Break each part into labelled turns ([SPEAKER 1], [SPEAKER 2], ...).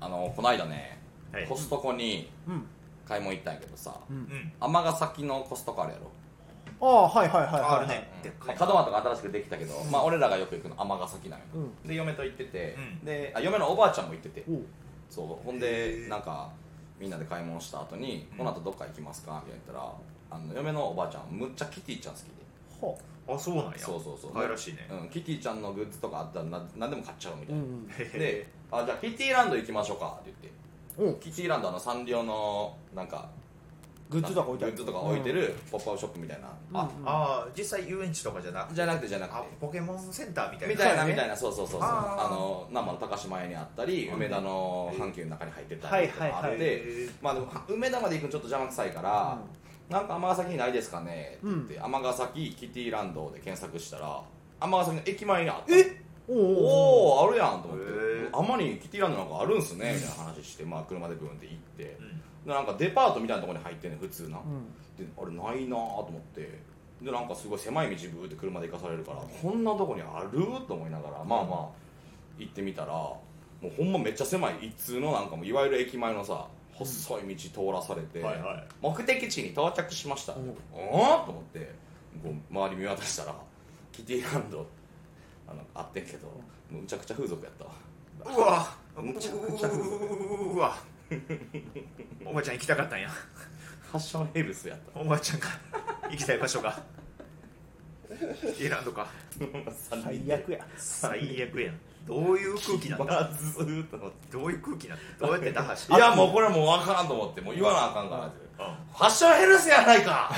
[SPEAKER 1] あのこの間ね、
[SPEAKER 2] はい
[SPEAKER 1] コストコに
[SPEAKER 3] うん
[SPEAKER 1] 買い物行ったんやけどさ
[SPEAKER 3] うん
[SPEAKER 2] うん
[SPEAKER 1] 尼崎のコストコあるやろ、
[SPEAKER 3] ああはいはいはいはいはい
[SPEAKER 2] あるねでっ
[SPEAKER 1] ま
[SPEAKER 2] か
[SPEAKER 1] あ、
[SPEAKER 2] い
[SPEAKER 1] 門松が新しくできたけど、まあ、俺らがよく行くの尼崎なんよ、
[SPEAKER 3] う
[SPEAKER 1] で嫁と行ってて、
[SPEAKER 2] うん
[SPEAKER 1] であ嫁のおばあちゃんも行ってて
[SPEAKER 3] おう
[SPEAKER 1] そうほんで
[SPEAKER 2] へー
[SPEAKER 1] なんかみんなで買い物した後に「
[SPEAKER 2] うん
[SPEAKER 1] この後どっか行きますか?」みたいな言ったらあの嫁のおばあちゃんむっちゃキティちゃん好きで
[SPEAKER 3] は
[SPEAKER 2] あそうなんや
[SPEAKER 1] そうそうそう
[SPEAKER 2] 可愛らしいね
[SPEAKER 1] うん、キティちゃんのグッズとかあったらな何でも買っちゃうみた
[SPEAKER 3] う
[SPEAKER 1] いな、
[SPEAKER 3] ん
[SPEAKER 2] へへ
[SPEAKER 1] であ「じゃあキティランド行きましょうか」って言って
[SPEAKER 3] うん
[SPEAKER 1] キティランドあのサンリオのなんか
[SPEAKER 3] グッズとか置いてある
[SPEAKER 1] グッズとか置いてるポップアップショップみたいな、
[SPEAKER 3] あ
[SPEAKER 1] あ
[SPEAKER 2] ああ実際遊園地とかじゃなくて
[SPEAKER 1] じゃなくてじゃなく
[SPEAKER 2] あ
[SPEAKER 1] て
[SPEAKER 2] ポケモンセンターみたいな
[SPEAKER 1] みたい
[SPEAKER 3] そ
[SPEAKER 1] な
[SPEAKER 3] うね
[SPEAKER 1] みたいなそうそうそうそう
[SPEAKER 2] あ
[SPEAKER 1] あ
[SPEAKER 2] ー
[SPEAKER 1] の生の高島屋にあったり梅田の阪急の中に入ってたりとか
[SPEAKER 3] はい
[SPEAKER 1] あ
[SPEAKER 3] は
[SPEAKER 1] っ
[SPEAKER 2] は
[SPEAKER 3] い
[SPEAKER 2] い
[SPEAKER 1] てまあでもは梅田まで行くのちょっと邪魔くさいからなんか尼崎にないですかねって言って尼崎キティランドで検索したら尼崎の駅前にあった
[SPEAKER 3] えおうおうおう
[SPEAKER 1] おおあるやんと思って
[SPEAKER 2] へー
[SPEAKER 1] あまりキティランドなんかあるんすねみたいな話してまあ車でブーンって行ってで
[SPEAKER 2] うん
[SPEAKER 1] なんかデパートみたいなところに入ってんねん普通な
[SPEAKER 3] うん
[SPEAKER 1] であれないなと思ってでなんかすごい狭い道ブーって車で行かされるからこんなとこにあると思いながらまあまあ行ってみたらもうほんまめっちゃ狭い一通のなんかもういわゆる駅前のさ細い道通らされて、
[SPEAKER 2] はいはい
[SPEAKER 1] 目的地に到着しました、
[SPEAKER 3] ん
[SPEAKER 1] おおと思ってこう周り見渡したらキティランドあのあってんけどむちゃくちゃ風俗やったわ
[SPEAKER 2] うわ
[SPEAKER 1] むちゃくちゃ風俗
[SPEAKER 2] うわおばちゃん行きたかったんや
[SPEAKER 1] ファッションヘルスやった
[SPEAKER 2] おばちゃんが行きたい場所がエランドか
[SPEAKER 3] 最悪や
[SPEAKER 2] 最悪やんどういう空気 なんだ
[SPEAKER 1] まずーっと思って
[SPEAKER 2] どういう空気なんだどうやって打破して
[SPEAKER 1] いやもうこれはもうわからんと思ってもう言わなあかんからって
[SPEAKER 2] う
[SPEAKER 1] ファッションヘルスやないか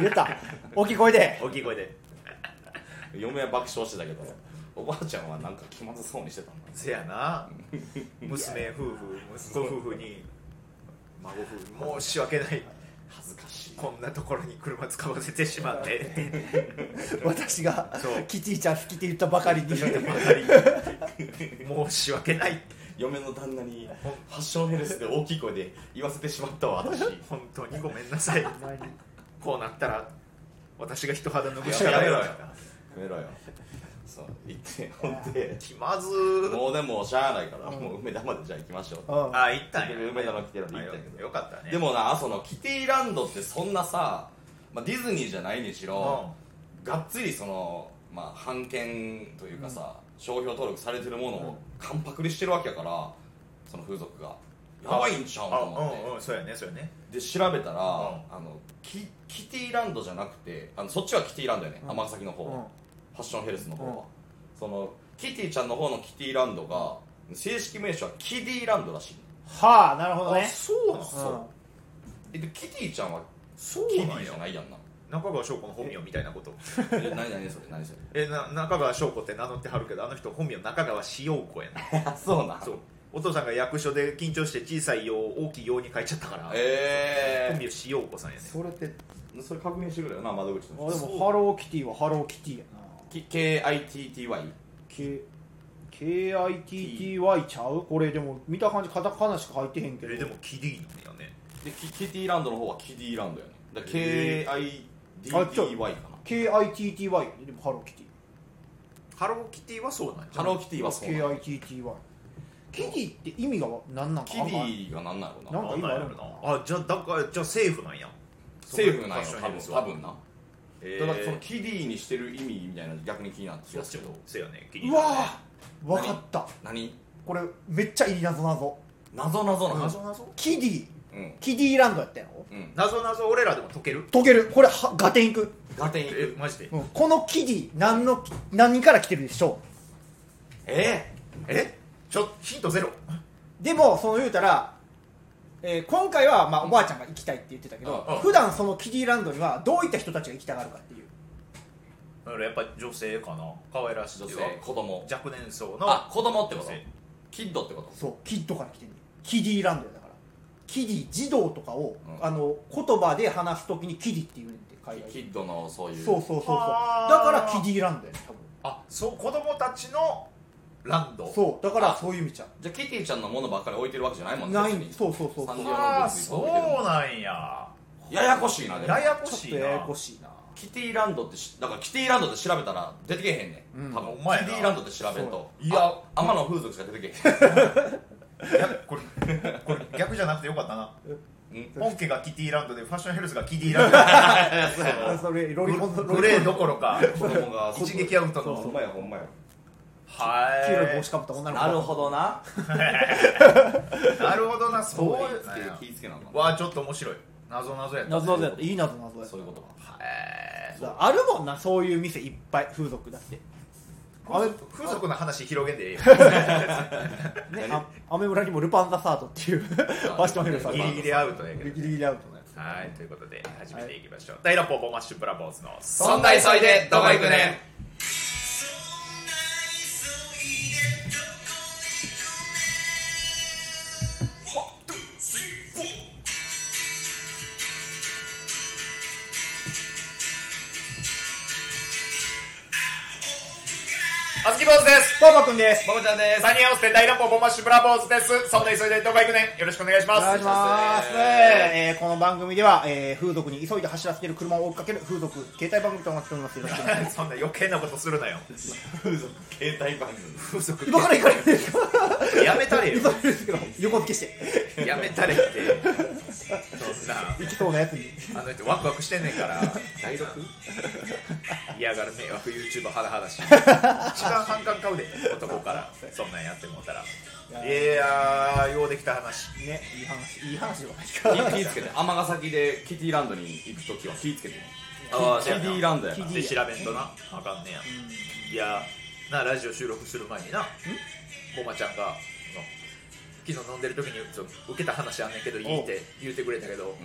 [SPEAKER 3] 言った大きい声で
[SPEAKER 2] ん大きい声で
[SPEAKER 1] 嫁は爆笑してたけどおばあちゃんはなんか気まずそうにしてたんだ
[SPEAKER 2] せやな娘夫婦息子夫婦に孫夫婦申し訳ない
[SPEAKER 1] 恥ずかしい
[SPEAKER 2] こんなところに車使わせてしまって
[SPEAKER 3] 私が
[SPEAKER 2] そう
[SPEAKER 3] キティちゃん好きって言ったばか りに
[SPEAKER 2] 申し訳ない
[SPEAKER 1] 嫁の旦那にファッションヘルスで大きい声で 言わせてしまったわ私
[SPEAKER 2] 本当にごめんなさいこうなったら私が人肌脱ぐしか
[SPEAKER 1] やめ
[SPEAKER 2] ない
[SPEAKER 1] ろよ
[SPEAKER 2] わ
[SPEAKER 1] やめろよそう言ってほんで
[SPEAKER 2] 気まずー
[SPEAKER 1] もうでもしゃあないから、もう梅田までじゃあ行きましょう
[SPEAKER 3] うん
[SPEAKER 2] あ行ったんや
[SPEAKER 1] 梅田の来てるの行ったけど
[SPEAKER 2] よかったね
[SPEAKER 1] でもなそのキティランドってそんなさ、まあ、ディズニーじゃないにしろ、がっつりそのまあ版権というかさ、商標登録されてるものを完パクリしてるわけやからその風俗がやばいんちゃうんと
[SPEAKER 2] あ
[SPEAKER 1] 思って、
[SPEAKER 2] うんうんそうやねそうやね
[SPEAKER 1] で調べたら、あのキキティランドじゃなくてあのそっちはキティランドやね尼、崎の方は、
[SPEAKER 3] うん
[SPEAKER 1] ファッションヘルスの方は、
[SPEAKER 3] うん
[SPEAKER 1] そのキティちゃんの方のキティランドが正式名称はキディランドらしい
[SPEAKER 3] はあなるほど
[SPEAKER 2] あ
[SPEAKER 3] ね
[SPEAKER 2] そうなん
[SPEAKER 1] そうえでキティちゃんは
[SPEAKER 2] そう
[SPEAKER 1] キデ
[SPEAKER 2] なん
[SPEAKER 1] ィ
[SPEAKER 2] や
[SPEAKER 1] じゃないやんな
[SPEAKER 2] 中川翔子の本名みたいなこと
[SPEAKER 1] え何何それ何それ
[SPEAKER 2] えな中川翔子って名乗ってはるけどあの人本名中川志陽子やね
[SPEAKER 1] あそうなん
[SPEAKER 2] そうお父さんが役所で緊張して小さい「よ」を大きい「よ」に変えちゃったから
[SPEAKER 1] え
[SPEAKER 2] 本
[SPEAKER 1] え
[SPEAKER 2] 名志陽子さんやね
[SPEAKER 1] それってそれ確認してくれよな窓口
[SPEAKER 3] あで
[SPEAKER 1] の
[SPEAKER 3] もハローキティはハローキティやな
[SPEAKER 1] 人 KITTY
[SPEAKER 3] K KITTY ちゃうこれでも見た感じカタカナしか入ってへんけ
[SPEAKER 2] え
[SPEAKER 3] ど
[SPEAKER 2] でもキリなんやね
[SPEAKER 1] でキキティランドの方はキディランドやねだから
[SPEAKER 2] へ
[SPEAKER 1] KIDDY かな
[SPEAKER 3] KITTY やででもハローキティ
[SPEAKER 2] ハローキティはそうなんや
[SPEAKER 1] ハローキティはそうなの
[SPEAKER 3] KITTY キティって意味が何なんか
[SPEAKER 1] キデ
[SPEAKER 3] わかんない
[SPEAKER 1] ィがなんなんやろ
[SPEAKER 3] な
[SPEAKER 1] なん
[SPEAKER 3] か今あるの
[SPEAKER 2] あじゃあだからじゃあセーフなんや
[SPEAKER 1] 政府なんや
[SPEAKER 2] そ
[SPEAKER 1] ろ
[SPEAKER 2] の
[SPEAKER 1] 多
[SPEAKER 2] ファッ
[SPEAKER 1] 分
[SPEAKER 2] ションヘルスは
[SPEAKER 1] 多分な
[SPEAKER 2] え
[SPEAKER 1] だ
[SPEAKER 2] ー、
[SPEAKER 1] からそのキディにしてる意味みたいなの逆に気になってき
[SPEAKER 2] いや
[SPEAKER 1] ます
[SPEAKER 2] そ
[SPEAKER 1] けど
[SPEAKER 2] うせやね気に
[SPEAKER 3] う
[SPEAKER 2] なるね
[SPEAKER 3] わーわかった
[SPEAKER 1] 何
[SPEAKER 3] これめっちゃいい謎謎
[SPEAKER 1] 謎謎な
[SPEAKER 2] 謎
[SPEAKER 1] の
[SPEAKER 2] 謎
[SPEAKER 3] キディ
[SPEAKER 1] うん
[SPEAKER 3] キディランドやったやろ
[SPEAKER 1] うん
[SPEAKER 2] 謎謎俺らでも解ける
[SPEAKER 3] 解けるこれはガテンいく、
[SPEAKER 1] ガテンい
[SPEAKER 2] え
[SPEAKER 1] く
[SPEAKER 2] マジで
[SPEAKER 3] うんこのキディ何の何から来てるでしょ
[SPEAKER 1] え
[SPEAKER 2] えちょヒントゼロ
[SPEAKER 3] うでもその言うたら、えー今回は、まあ、おばあちゃんが行きたいって言ってたけど
[SPEAKER 2] うんうん
[SPEAKER 3] 普段そのキディランドにはどういった人たちが行きたがるかっていう
[SPEAKER 2] だからやっぱ女性かな可愛らしい
[SPEAKER 1] 女性子供
[SPEAKER 2] 若年層の
[SPEAKER 1] あ子供ってこと
[SPEAKER 2] 女性
[SPEAKER 1] キッドってこと
[SPEAKER 3] そうキッドから来てるキディランドやだからキディ児童とかを、
[SPEAKER 1] うん
[SPEAKER 3] あの言葉で話すときにキディって言うねんって海外
[SPEAKER 1] キ
[SPEAKER 3] で
[SPEAKER 1] ッドのそういう
[SPEAKER 3] そうそうそうそうだ
[SPEAKER 2] はー
[SPEAKER 3] からキディランドやね多分
[SPEAKER 2] あそう子供たちのランド
[SPEAKER 3] そうだからそういう意味ちゃう
[SPEAKER 1] じゃあキティちゃんのものばっかり置いてるわけじゃないもんね
[SPEAKER 3] ない
[SPEAKER 1] 別に
[SPEAKER 3] そうそうそう
[SPEAKER 1] サン
[SPEAKER 3] そ
[SPEAKER 1] リオ
[SPEAKER 3] う
[SPEAKER 1] の
[SPEAKER 3] ちょ
[SPEAKER 1] グッ
[SPEAKER 2] ああ
[SPEAKER 1] ズいっ
[SPEAKER 2] そ
[SPEAKER 1] ぱい置いてる
[SPEAKER 2] うなんや
[SPEAKER 1] ややこしいなでも
[SPEAKER 2] ややこ
[SPEAKER 3] っ
[SPEAKER 2] しい
[SPEAKER 3] と
[SPEAKER 2] な
[SPEAKER 3] ややこしいな
[SPEAKER 1] キティランドってしだからキティランドって調べたら出てけへんねん、
[SPEAKER 3] うん
[SPEAKER 1] 多
[SPEAKER 2] お
[SPEAKER 1] 分
[SPEAKER 2] 前や
[SPEAKER 1] キ
[SPEAKER 2] な
[SPEAKER 1] ティランドって調べると
[SPEAKER 2] そういや
[SPEAKER 1] あ天野風俗しか出てけへん
[SPEAKER 2] 逆これこれ逆じゃなくてよかったな
[SPEAKER 1] うん
[SPEAKER 2] 本家がキティランドでファッションヘルスがキティランド
[SPEAKER 3] あそれロリコン
[SPEAKER 2] グレーど
[SPEAKER 3] こ
[SPEAKER 2] ころか
[SPEAKER 1] 子供が
[SPEAKER 2] 一撃アウト
[SPEAKER 3] そう
[SPEAKER 1] ほん
[SPEAKER 2] の
[SPEAKER 1] まやほんまや
[SPEAKER 2] は
[SPEAKER 3] 黄色い帽
[SPEAKER 2] い
[SPEAKER 3] 子かぶった女の子
[SPEAKER 1] なるほどな
[SPEAKER 2] なるほどなそう
[SPEAKER 1] そう
[SPEAKER 2] い
[SPEAKER 1] いう
[SPEAKER 2] うなんや
[SPEAKER 1] 気ぃつけなあかん
[SPEAKER 2] わあちょっと面白い謎謎やった
[SPEAKER 3] 謎々やったいい謎々やった
[SPEAKER 1] そういうことか
[SPEAKER 2] へー
[SPEAKER 3] だあるもんなそういう店いっぱい風俗だってあれ
[SPEAKER 2] 風俗風俗の話広げんでええよ
[SPEAKER 3] ねあアメ村にもルパンザサードっていうファッションヘルスある
[SPEAKER 2] ギ
[SPEAKER 3] か
[SPEAKER 2] リギリアウトや
[SPEAKER 3] ら
[SPEAKER 2] け
[SPEAKER 3] ギ
[SPEAKER 2] ど
[SPEAKER 3] リギリアウトのや
[SPEAKER 2] はいということで始めていきましょう大乱暴ボマッシュブラボーズの
[SPEAKER 1] そんな急いでどこ行くねん
[SPEAKER 2] あずき坊主です
[SPEAKER 3] つパパくんです
[SPEAKER 1] バボちゃんです
[SPEAKER 2] サニーハウスで大乱暴ボマッシュブラボーズですそんな急いでどこ行くねんよろしくお願いします
[SPEAKER 3] お願いします、えーこの番組では、えー風俗に急いで走らせている車を追いかける風俗携帯番組となっておりますよろしくお願いしま す
[SPEAKER 2] そんな余計なことするなよ
[SPEAKER 1] 風俗携帯番組
[SPEAKER 2] 風俗
[SPEAKER 3] 今から行かれるんですか
[SPEAKER 2] やめたれよ
[SPEAKER 3] そうですけど横付けして
[SPEAKER 2] やめたれってそんな
[SPEAKER 3] 行きそうなやつに
[SPEAKER 2] あの人ワクワクしてんねんから
[SPEAKER 1] 第六
[SPEAKER 2] 嫌がる迷惑 YouTuber はだは だしい一番反感買うで男からそんなんやってもうたらいやーようできた話
[SPEAKER 3] ねいい話いい話じゃないです
[SPEAKER 1] 気
[SPEAKER 3] か
[SPEAKER 1] ぃつけて尼崎でキティランドに行くときは気ぃつけてね
[SPEAKER 2] ああ
[SPEAKER 1] キティランドやから
[SPEAKER 3] キ
[SPEAKER 2] で調べんとなあかんねやいやなラジオ収録する前になごまちゃんがその昨日飲んでる時にその受けた話あんねんけどいいって言うてくれたけど、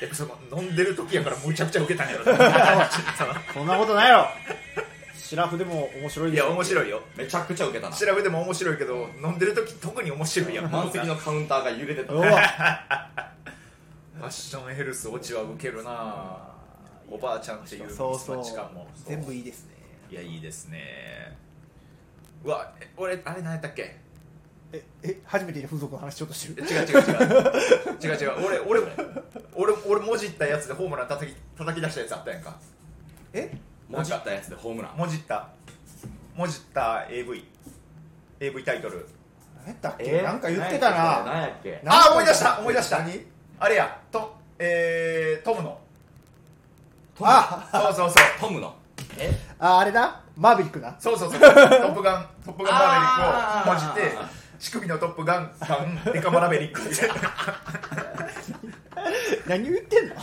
[SPEAKER 2] やっぱその飲んでる時やからむちゃくちゃ受けたんやろな
[SPEAKER 3] そんなことないよシラフでも面白い
[SPEAKER 2] い
[SPEAKER 3] でし
[SPEAKER 2] や
[SPEAKER 3] ょ
[SPEAKER 2] 面白いよ
[SPEAKER 1] めちゃくちゃウケたな
[SPEAKER 2] 調べても面白いけど飲んでる時特に面白いやん
[SPEAKER 1] 満席のカウンターが揺れてた
[SPEAKER 3] うわ
[SPEAKER 2] ファッションヘルスオチはウケるなおばあちゃんっていうミスマ
[SPEAKER 3] そうそ
[SPEAKER 2] ッ
[SPEAKER 3] う
[SPEAKER 2] チ感も
[SPEAKER 3] 全部いいですね
[SPEAKER 2] いやいいですねうわえ俺あれ何やったっけ
[SPEAKER 3] ええ初めて風俗の話しようとして
[SPEAKER 2] 違う
[SPEAKER 3] る
[SPEAKER 2] 違う違う違う違う俺俺俺俺もじったやつでホームラン叩き叩き出したやつあったやんか
[SPEAKER 3] え
[SPEAKER 1] もじったやつでホームラン
[SPEAKER 2] もじったもじった AV AV タイトル
[SPEAKER 3] 何やったっけ、なんか言ってたな
[SPEAKER 1] 何やっけ
[SPEAKER 2] あ思い出した思い出した
[SPEAKER 3] 何
[SPEAKER 2] あれやとえー、トムの
[SPEAKER 3] あ
[SPEAKER 2] そうそうそう
[SPEAKER 1] トムの
[SPEAKER 3] ああれだマーヴェリックだ
[SPEAKER 2] そうそうそう、トップガン、トップガンマーベリックを
[SPEAKER 1] あー
[SPEAKER 2] 文字て、乳首のトップガン感、デカマラベリックって。
[SPEAKER 3] 何を言ってんの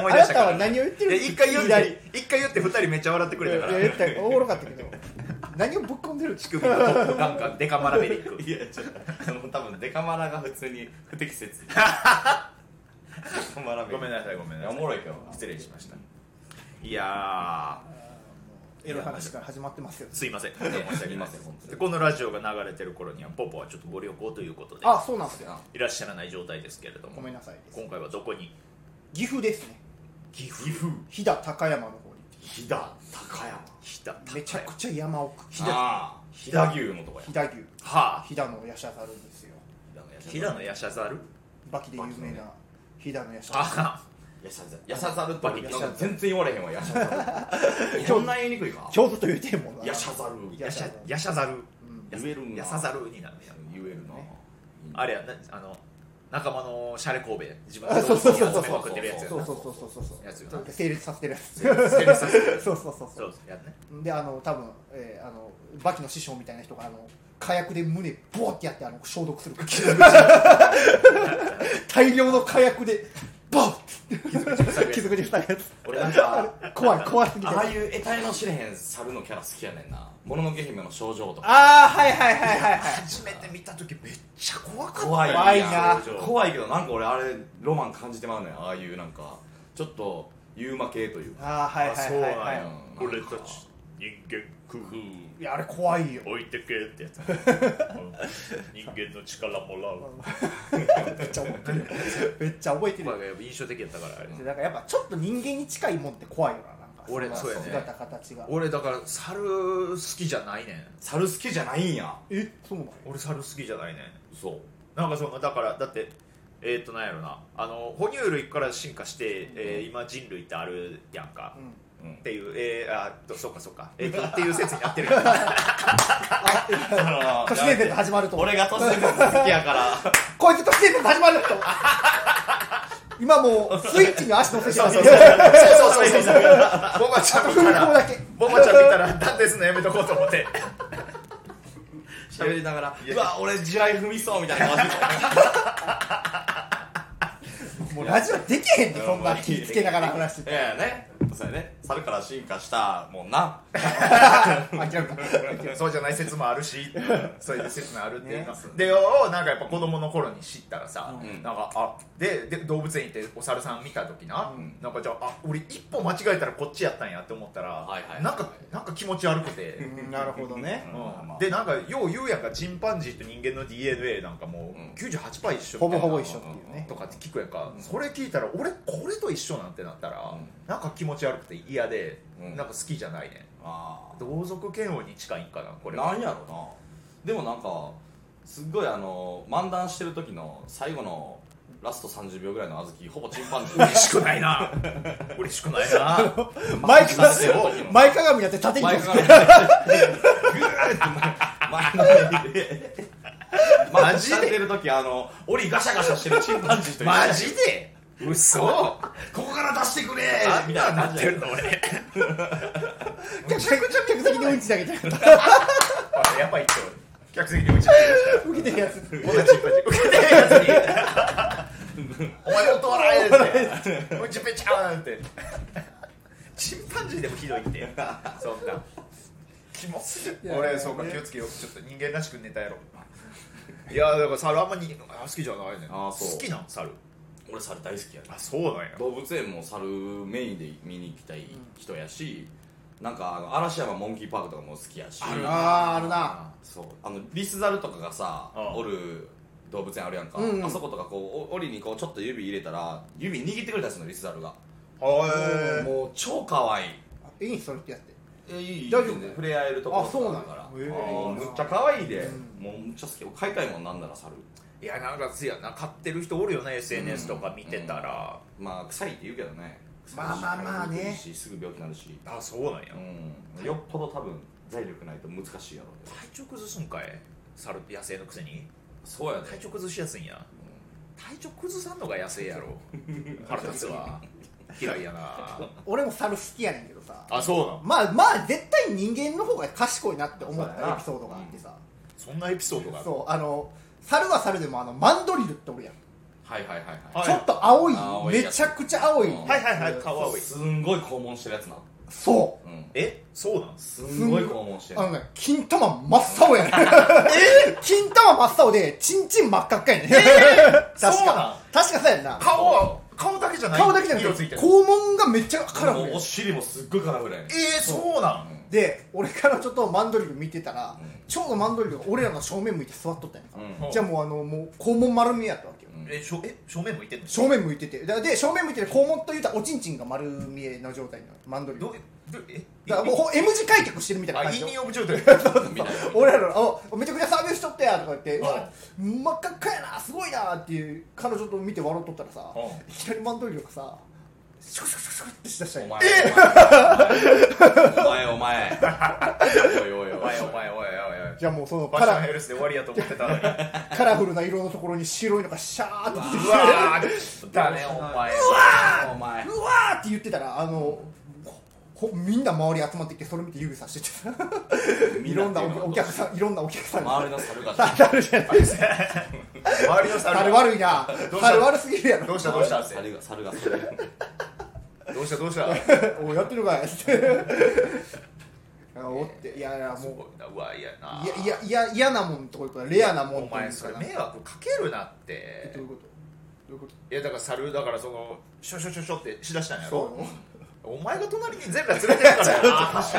[SPEAKER 2] 思い出したから。
[SPEAKER 3] あなたは何を言ってる
[SPEAKER 2] で一回言っ
[SPEAKER 3] 左
[SPEAKER 2] て、一回言って二人めっちゃ笑ってく
[SPEAKER 3] い
[SPEAKER 2] れ
[SPEAKER 3] や
[SPEAKER 2] たから。
[SPEAKER 3] 言ったよおもろかったけど何をぶっ込んでる
[SPEAKER 2] 乳首のトップガン感、デカマラベリック。
[SPEAKER 1] いやちょっとその多分デカマラが普通に不適切デカマラ
[SPEAKER 2] ごめんなさい、ごめん
[SPEAKER 1] い
[SPEAKER 2] な
[SPEAKER 1] やお
[SPEAKER 2] さい。
[SPEAKER 1] もろいけど
[SPEAKER 2] 失礼しました。いや
[SPEAKER 3] エロい話から始まってますよ
[SPEAKER 2] ー、すいません。申
[SPEAKER 1] な
[SPEAKER 2] し
[SPEAKER 1] す
[SPEAKER 2] 訳
[SPEAKER 1] い
[SPEAKER 2] な
[SPEAKER 1] ま
[SPEAKER 2] い
[SPEAKER 1] せん本当に
[SPEAKER 2] でこのラジオが流れてる頃には、ポポはちょっとご旅行ということで、
[SPEAKER 3] あそうなんですよ
[SPEAKER 2] いらっしゃらない状態ですけれども、
[SPEAKER 3] ごめんなさいです
[SPEAKER 2] 今回はどこに
[SPEAKER 3] 岐阜ですね
[SPEAKER 2] 岐阜、
[SPEAKER 3] 飛騨高山の方に
[SPEAKER 2] 飛騨、高山、飛騨、高山
[SPEAKER 3] めちゃくちゃ山奥飛騨
[SPEAKER 1] ああ飛騨牛のとこや
[SPEAKER 3] 飛騨牛
[SPEAKER 2] はあ、
[SPEAKER 3] 飛騨のヤシャザルですよ
[SPEAKER 2] 平野ヤシャザル
[SPEAKER 3] バキで有名な飛騨のヤシャザ
[SPEAKER 2] あ
[SPEAKER 1] やしゃざやしゃざるって
[SPEAKER 2] や
[SPEAKER 1] 言
[SPEAKER 2] し
[SPEAKER 1] って
[SPEAKER 2] ゃざ
[SPEAKER 1] なん
[SPEAKER 2] る
[SPEAKER 1] か全然言われへんわやしゃざるそんな言いにくいか
[SPEAKER 3] ル京都というテーマ
[SPEAKER 1] やしゃざる
[SPEAKER 2] ヤシャヤシャザル
[SPEAKER 1] 言えるな
[SPEAKER 2] ヤサザルになるやん
[SPEAKER 1] 言えるな
[SPEAKER 3] ね
[SPEAKER 2] あれやなあの仲間のシャレ神戸自分
[SPEAKER 3] あそうそうそう
[SPEAKER 2] の集めまくってるやつや
[SPEAKER 3] そう
[SPEAKER 2] な
[SPEAKER 3] そうそうそうそうそう
[SPEAKER 2] やつよな
[SPEAKER 3] なんか成立させてるや つ
[SPEAKER 2] 成立させてるやつ
[SPEAKER 3] そうそうそう
[SPEAKER 2] そ
[SPEAKER 3] そう
[SPEAKER 2] やんね
[SPEAKER 3] うであの多分、えー、あのバキの師匠みたいな人があの火薬で胸ボーってやってあの消毒する 大量の火薬でボーって傷口塞ぐやつ
[SPEAKER 1] 俺なんか
[SPEAKER 3] 怖い怖すぎて
[SPEAKER 1] ああいう得体の知れへん猿のキャラ好きやねんなもののけ姫の症状とか
[SPEAKER 3] あーはいはいはいはいはい
[SPEAKER 2] 初めて見た時めっちゃ怖かった
[SPEAKER 1] 怖い
[SPEAKER 3] 怖いな
[SPEAKER 1] 症状怖いけどなんか俺あれロマン感じてまうねんああいうなんかちょっとユーマ系というか
[SPEAKER 3] あーはいはい
[SPEAKER 2] そう
[SPEAKER 3] は
[SPEAKER 2] なん
[SPEAKER 3] いはい
[SPEAKER 2] や俺たち人間工夫
[SPEAKER 3] いやあれ怖いよ
[SPEAKER 2] 置いてけって やつ人間の力もらう
[SPEAKER 3] めっちゃ覚えてるめっちゃ覚えてる
[SPEAKER 2] まあ印象的やったからあれ
[SPEAKER 3] でなんかやっぱちょっと人間に近いもんって怖いよななんか
[SPEAKER 2] 俺
[SPEAKER 3] の
[SPEAKER 2] そうやね
[SPEAKER 3] 姿形が
[SPEAKER 2] 俺だから猿好きじゃないねん
[SPEAKER 1] 猿好きじゃないんや
[SPEAKER 3] えそうなの
[SPEAKER 2] 俺猿好きじゃないねん
[SPEAKER 1] そう
[SPEAKER 2] なんかそのだからだってえーっ、となんやろなあの哺乳類から進化して、えー今人類ってあるやんか、
[SPEAKER 3] う
[SPEAKER 2] っていう、えー、あーとそうかそうか、えー、とっていう説になってるあ
[SPEAKER 1] あの
[SPEAKER 3] 都市伝説始まると思う
[SPEAKER 1] 俺が都市伝 説好きやから
[SPEAKER 3] こいつ都市伝説始まると思う今もうスイッチに足乗せして
[SPEAKER 2] そう
[SPEAKER 3] ま
[SPEAKER 2] そうそうそう
[SPEAKER 3] す
[SPEAKER 2] そうそう そ
[SPEAKER 3] ね
[SPEAKER 2] うボマちゃん見た
[SPEAKER 3] あと踏み込む
[SPEAKER 2] ら
[SPEAKER 3] だけ
[SPEAKER 2] ボマちゃん見たら断定するのやめとこうと思って
[SPEAKER 1] 喋りながら
[SPEAKER 2] や
[SPEAKER 1] うわ俺地雷踏みそうみたいな感じ
[SPEAKER 3] もうラジオできへんってそんな気ぃつけながら話して
[SPEAKER 1] いやいやねそうやね猿から進化したもんな
[SPEAKER 3] 諦めた
[SPEAKER 2] そうじゃない説もある しそういう説もあるっていうの、
[SPEAKER 3] ね
[SPEAKER 2] でをなんかやっぱ子供の頃に知ったらさ、
[SPEAKER 1] うん
[SPEAKER 2] なんかあでで動物園行ってお猿さん見た時な、
[SPEAKER 1] うん
[SPEAKER 2] なんかじゃああ俺一歩間違えたらこっちやったんやって思ったら、
[SPEAKER 1] はいはいはい
[SPEAKER 2] なんかなんか気持ち悪くて。
[SPEAKER 3] うんなるほどね
[SPEAKER 1] うんまあまあ
[SPEAKER 2] でなんかよう言うやんかチンパンジーと人間の DNA なんかも
[SPEAKER 1] うん
[SPEAKER 2] う98%一緒
[SPEAKER 3] ほぼほぼ
[SPEAKER 2] み
[SPEAKER 3] 一
[SPEAKER 2] たい
[SPEAKER 3] 緒っていうね
[SPEAKER 2] なとかって聞くやんか、
[SPEAKER 1] うん
[SPEAKER 2] それ聞いたら俺これと一緒なんてなったら、
[SPEAKER 1] うん
[SPEAKER 2] なんか気持ち悪くて嫌で、
[SPEAKER 1] うん
[SPEAKER 2] なんか好きじゃないね
[SPEAKER 1] あー
[SPEAKER 2] 同族嫌悪に近いんかなこれは
[SPEAKER 1] なんやろなでもなんかすっごいあの漫談してる時の最後のラスト30秒ぐらいの小豆ほぼチンパンジー
[SPEAKER 2] 嬉しくないな嬉しくないな
[SPEAKER 3] 前かが
[SPEAKER 1] マジでよ
[SPEAKER 3] 前かがみだって縦に
[SPEAKER 1] 前
[SPEAKER 3] 立
[SPEAKER 1] か
[SPEAKER 3] つ
[SPEAKER 1] がみでグーって前前かがみで
[SPEAKER 2] マ
[SPEAKER 1] マ
[SPEAKER 2] ジ
[SPEAKER 1] ジ
[SPEAKER 2] で
[SPEAKER 1] でてる時あの檻ガシャガシャしてるチンパンジーと一緒
[SPEAKER 2] マジで嘘あ
[SPEAKER 1] ここから出してくれ
[SPEAKER 2] ん
[SPEAKER 1] みた
[SPEAKER 2] ないん
[SPEAKER 1] な
[SPEAKER 2] な
[SPEAKER 1] 感じ
[SPEAKER 2] って
[SPEAKER 1] で
[SPEAKER 2] るの俺
[SPEAKER 3] 客席客席でうんちだけじゃん
[SPEAKER 2] あやばいって俺客席に打ち上
[SPEAKER 3] 受けてるやつ
[SPEAKER 2] げましたチンパンジー受けてるやつにお前音笑えってうんちぺちゃーんってチンパンジーでもひどいってそんな気持ち
[SPEAKER 3] いや
[SPEAKER 2] 俺そうか
[SPEAKER 3] ね
[SPEAKER 2] 気をつけようちょっと人間らしくネタやろういやだから猿あんまりあ好きじゃないね
[SPEAKER 1] あそう
[SPEAKER 2] 好きなん猿
[SPEAKER 1] 俺猿大好きやね
[SPEAKER 2] あそうなんや
[SPEAKER 1] 動物園も猿メインで見に行きたい人やし、なんかあの嵐山モンキーパークとかも好きやし
[SPEAKER 2] あるな
[SPEAKER 3] あーあるな
[SPEAKER 1] そうあのリスザルとかがさ
[SPEAKER 2] ああ
[SPEAKER 1] おる動物園あるやんか、
[SPEAKER 3] うんうん
[SPEAKER 1] あそことかこうお檻にこうちょっと指入れたら指握ってくれたりするのリスザルが
[SPEAKER 2] は
[SPEAKER 1] もう超可愛い
[SPEAKER 3] いいそれってやって
[SPEAKER 1] えいい
[SPEAKER 3] 大丈夫
[SPEAKER 1] 全然触れ合えるところ
[SPEAKER 3] あそうなんや
[SPEAKER 1] だからあ
[SPEAKER 3] へえ
[SPEAKER 1] ーむっちゃ可愛いで、
[SPEAKER 3] うん
[SPEAKER 1] もうむっちゃ好き飼いたいもんなんなら猿
[SPEAKER 2] いいやなんかつやな買ってる人おるよね SNS とか見てたら、
[SPEAKER 1] まあ臭いって言うけどね臭いし
[SPEAKER 3] まあまあまあね
[SPEAKER 1] 痒いしすぐ病気になるし
[SPEAKER 2] あそうなんや、
[SPEAKER 1] うんよっぽど多分財力ないと難しいやろうね
[SPEAKER 2] 体調崩すんかい猿野生のくせに
[SPEAKER 1] そうやね
[SPEAKER 2] 体調崩しやすいんや体調崩さんのが野生や ろ腹立つわ嫌いやな
[SPEAKER 3] 俺も猿好きやねんけどさ
[SPEAKER 2] あそうなん
[SPEAKER 3] まあまあ絶対人間の方が賢いなって思っ
[SPEAKER 1] そうや
[SPEAKER 3] た
[SPEAKER 1] な
[SPEAKER 3] エピソードがあってさ
[SPEAKER 2] そんなエピソードがある
[SPEAKER 3] そうあの猿は猿でもあのマンドリルっておるやん
[SPEAKER 1] はいはいはいはい、
[SPEAKER 2] はい
[SPEAKER 3] ちょっと青い
[SPEAKER 1] 青いやつ
[SPEAKER 3] めちゃくちゃ青い
[SPEAKER 1] うん
[SPEAKER 2] はいはいはい顔青い
[SPEAKER 1] すんごい肛門してるやつな
[SPEAKER 3] そ
[SPEAKER 1] うん
[SPEAKER 2] えそうなん
[SPEAKER 1] すんごい肛門して
[SPEAKER 3] う
[SPEAKER 1] る
[SPEAKER 3] あのね金玉真っ青やねんえ 金玉真っ青でチンチン真っ赤っかやねん
[SPEAKER 2] そうなん
[SPEAKER 3] 確か確かそうやんな
[SPEAKER 2] 顔は顔だけじゃない
[SPEAKER 3] 顔だけじゃな
[SPEAKER 2] 色
[SPEAKER 3] く
[SPEAKER 2] ついて
[SPEAKER 3] て
[SPEAKER 2] る
[SPEAKER 3] 肛門がめっちゃカラフ
[SPEAKER 1] も
[SPEAKER 3] ルや
[SPEAKER 1] う
[SPEAKER 3] ね
[SPEAKER 1] お
[SPEAKER 3] ん
[SPEAKER 1] 尻もすっごいカラフルやね
[SPEAKER 2] えー、そうなん
[SPEAKER 3] で俺からちょっとマンドリル見てたら、
[SPEAKER 1] うん
[SPEAKER 3] ちょうどマンドリルが俺らの正面向いて座っとったんやんか
[SPEAKER 1] う
[SPEAKER 3] ら、
[SPEAKER 1] ん
[SPEAKER 2] うん
[SPEAKER 3] じゃあもうあのもう肛門丸見えやったわけよ、
[SPEAKER 1] うん
[SPEAKER 2] えしょえ正面向いてんの
[SPEAKER 3] 正面向いててでで正面向いてて肛門というたらおちんちんが丸見えの状態のマンドリル
[SPEAKER 2] どう
[SPEAKER 3] だ
[SPEAKER 2] どうえ
[SPEAKER 3] からもうほ M 字開脚してるみたいな
[SPEAKER 2] あ
[SPEAKER 3] 感
[SPEAKER 2] イ
[SPEAKER 3] じ
[SPEAKER 2] ンニ
[SPEAKER 3] よ
[SPEAKER 2] オブ状 態
[SPEAKER 1] みたいな
[SPEAKER 3] 俺らの「あめちゃくちゃサービスしとったや」とか言って「うわ真っ赤っかやなすごいな」っていう彼女と見て笑っとったらさ
[SPEAKER 2] う
[SPEAKER 3] いきなりマンドリルがさシュクシュクシュクシュクってしだしたん
[SPEAKER 1] お
[SPEAKER 3] や
[SPEAKER 1] 前お前お前おいおいおい
[SPEAKER 2] お前お前おいおいおい
[SPEAKER 3] じゃあもうその
[SPEAKER 2] ファ
[SPEAKER 3] カ
[SPEAKER 2] ッション
[SPEAKER 3] ラ
[SPEAKER 2] ヘルスで終わりやと思ってたの に
[SPEAKER 3] カラフルな色のところに白いのがシャーって出てき
[SPEAKER 2] う
[SPEAKER 3] て
[SPEAKER 2] わーだねお前
[SPEAKER 1] お前
[SPEAKER 3] うわーって言ってたらあのほみんな周り集まってきてそれ見て指さしてていろんなおお客さんいろんなお客さん
[SPEAKER 1] 周
[SPEAKER 3] が
[SPEAKER 1] りの猿が
[SPEAKER 3] 猿じゃない
[SPEAKER 2] 周りの猿
[SPEAKER 3] 猿悪いな
[SPEAKER 2] どうした
[SPEAKER 3] 猿悪すぎるや
[SPEAKER 2] ど
[SPEAKER 3] ろ
[SPEAKER 2] うしたどうしたって
[SPEAKER 1] 猿が猿がそれ
[SPEAKER 2] どうしたどうした
[SPEAKER 3] おいやってるかいって あおっていやいや
[SPEAKER 2] す
[SPEAKER 3] も
[SPEAKER 2] ごいなうわ嫌やな
[SPEAKER 3] ういやいやいや嫌なもんとこ行くからレアなもん
[SPEAKER 2] お
[SPEAKER 3] とこ行
[SPEAKER 2] 前
[SPEAKER 3] く
[SPEAKER 2] そ
[SPEAKER 3] か
[SPEAKER 2] れ
[SPEAKER 3] ら
[SPEAKER 2] 迷惑かけるなって
[SPEAKER 3] どういうことどういうこと
[SPEAKER 2] いやだから猿だからそのショショショショってしだしたんや
[SPEAKER 3] そう
[SPEAKER 2] ろお前が隣に全裸連れてるからやな
[SPEAKER 3] ち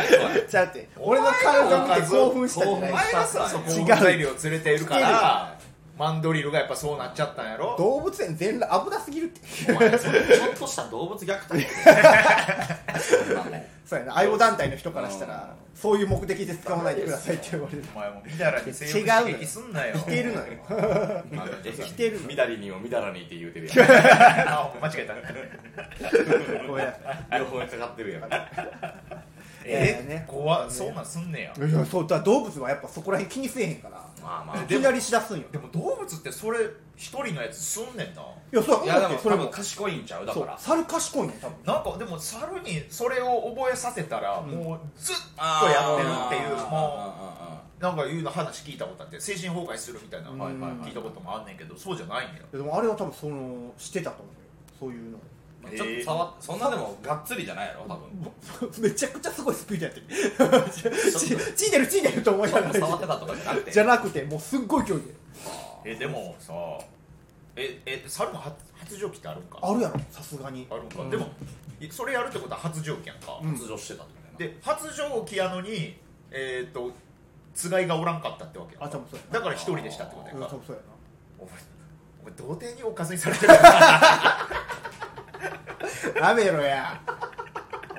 [SPEAKER 3] ゃうって俺の彼女見て興奮したんじゃ
[SPEAKER 2] お
[SPEAKER 3] ない
[SPEAKER 2] 前がさ
[SPEAKER 1] 違う
[SPEAKER 2] 興奮材料連れているからマンドリルがやっぱそうなっちゃったんやろ
[SPEAKER 3] 動物園全裸危なすぎるって
[SPEAKER 1] お前それちょっとした動物虐待やでそんなもん
[SPEAKER 3] そうやな愛護団体の人からしたらそういう目的で使わないでくださいって言 われる
[SPEAKER 2] お前もみだらに性欲
[SPEAKER 3] 違うの
[SPEAKER 2] 刺激すんな よ
[SPEAKER 3] 否 定るのよ
[SPEAKER 1] まあ
[SPEAKER 3] 来てるの
[SPEAKER 1] みだりにもみだらにって言うてるやん
[SPEAKER 2] あ間違えた
[SPEAKER 3] ごめんなさ い
[SPEAKER 1] 両方にかかってるやん
[SPEAKER 3] えー
[SPEAKER 2] え
[SPEAKER 3] ね
[SPEAKER 2] 怖っそんなんすんねや
[SPEAKER 3] いやそうだから動物はやっぱそこら辺気にせえへんから
[SPEAKER 1] まあま
[SPEAKER 2] で
[SPEAKER 1] あ
[SPEAKER 3] いきなりしだすんよ
[SPEAKER 2] でも動物ってそれ一人のやつすんねんない
[SPEAKER 3] やそう
[SPEAKER 1] い
[SPEAKER 3] や
[SPEAKER 1] や
[SPEAKER 3] だ
[SPEAKER 1] で
[SPEAKER 3] っ
[SPEAKER 1] も
[SPEAKER 3] てそ
[SPEAKER 1] 多
[SPEAKER 3] れ
[SPEAKER 1] 分
[SPEAKER 3] も
[SPEAKER 1] 賢いんちゃうだか
[SPEAKER 3] そう
[SPEAKER 1] ら
[SPEAKER 3] 猿賢いね多分
[SPEAKER 2] なんかでも猿にそれを覚えさせたら
[SPEAKER 3] ん
[SPEAKER 2] もうずっ
[SPEAKER 1] あ
[SPEAKER 2] と
[SPEAKER 1] ー
[SPEAKER 2] やってるってい
[SPEAKER 1] あ
[SPEAKER 2] う
[SPEAKER 1] ー
[SPEAKER 2] も
[SPEAKER 1] あ
[SPEAKER 2] うなんかいうの話聞いたことあって精神崩壊するみたいな
[SPEAKER 3] うん
[SPEAKER 2] はいはいはい聞いたこともあんねんけどそうじゃないんや
[SPEAKER 3] いやでもあれは多分そのしてたと思うよそういうの
[SPEAKER 1] ーあーちょっと触っそんなでもがっつりじゃないやろ多 分
[SPEAKER 3] めちゃくちゃすごいスピードやってる
[SPEAKER 1] ょ
[SPEAKER 3] ちちいてるちいてると思いなが
[SPEAKER 1] 触 っ
[SPEAKER 3] ら
[SPEAKER 1] てたとかじゃなくて
[SPEAKER 3] じゃなくてもうすっごい距離で
[SPEAKER 2] えでもさええ猿も発発情期ってあるんか
[SPEAKER 3] あるやろさすがに
[SPEAKER 2] あるんか、
[SPEAKER 3] うん
[SPEAKER 2] でもいそれやるってことは発情期やんか、
[SPEAKER 3] うん
[SPEAKER 1] 出場してたってことやな
[SPEAKER 2] で発情期やのにえっ、とつがいがおらんかったってわけやん
[SPEAKER 3] あ多分そうや
[SPEAKER 2] だから一人でしたってことやん
[SPEAKER 3] なうん
[SPEAKER 2] か
[SPEAKER 3] 多分そうや
[SPEAKER 2] お前お前童貞におかずにされてるやん
[SPEAKER 3] なやめろや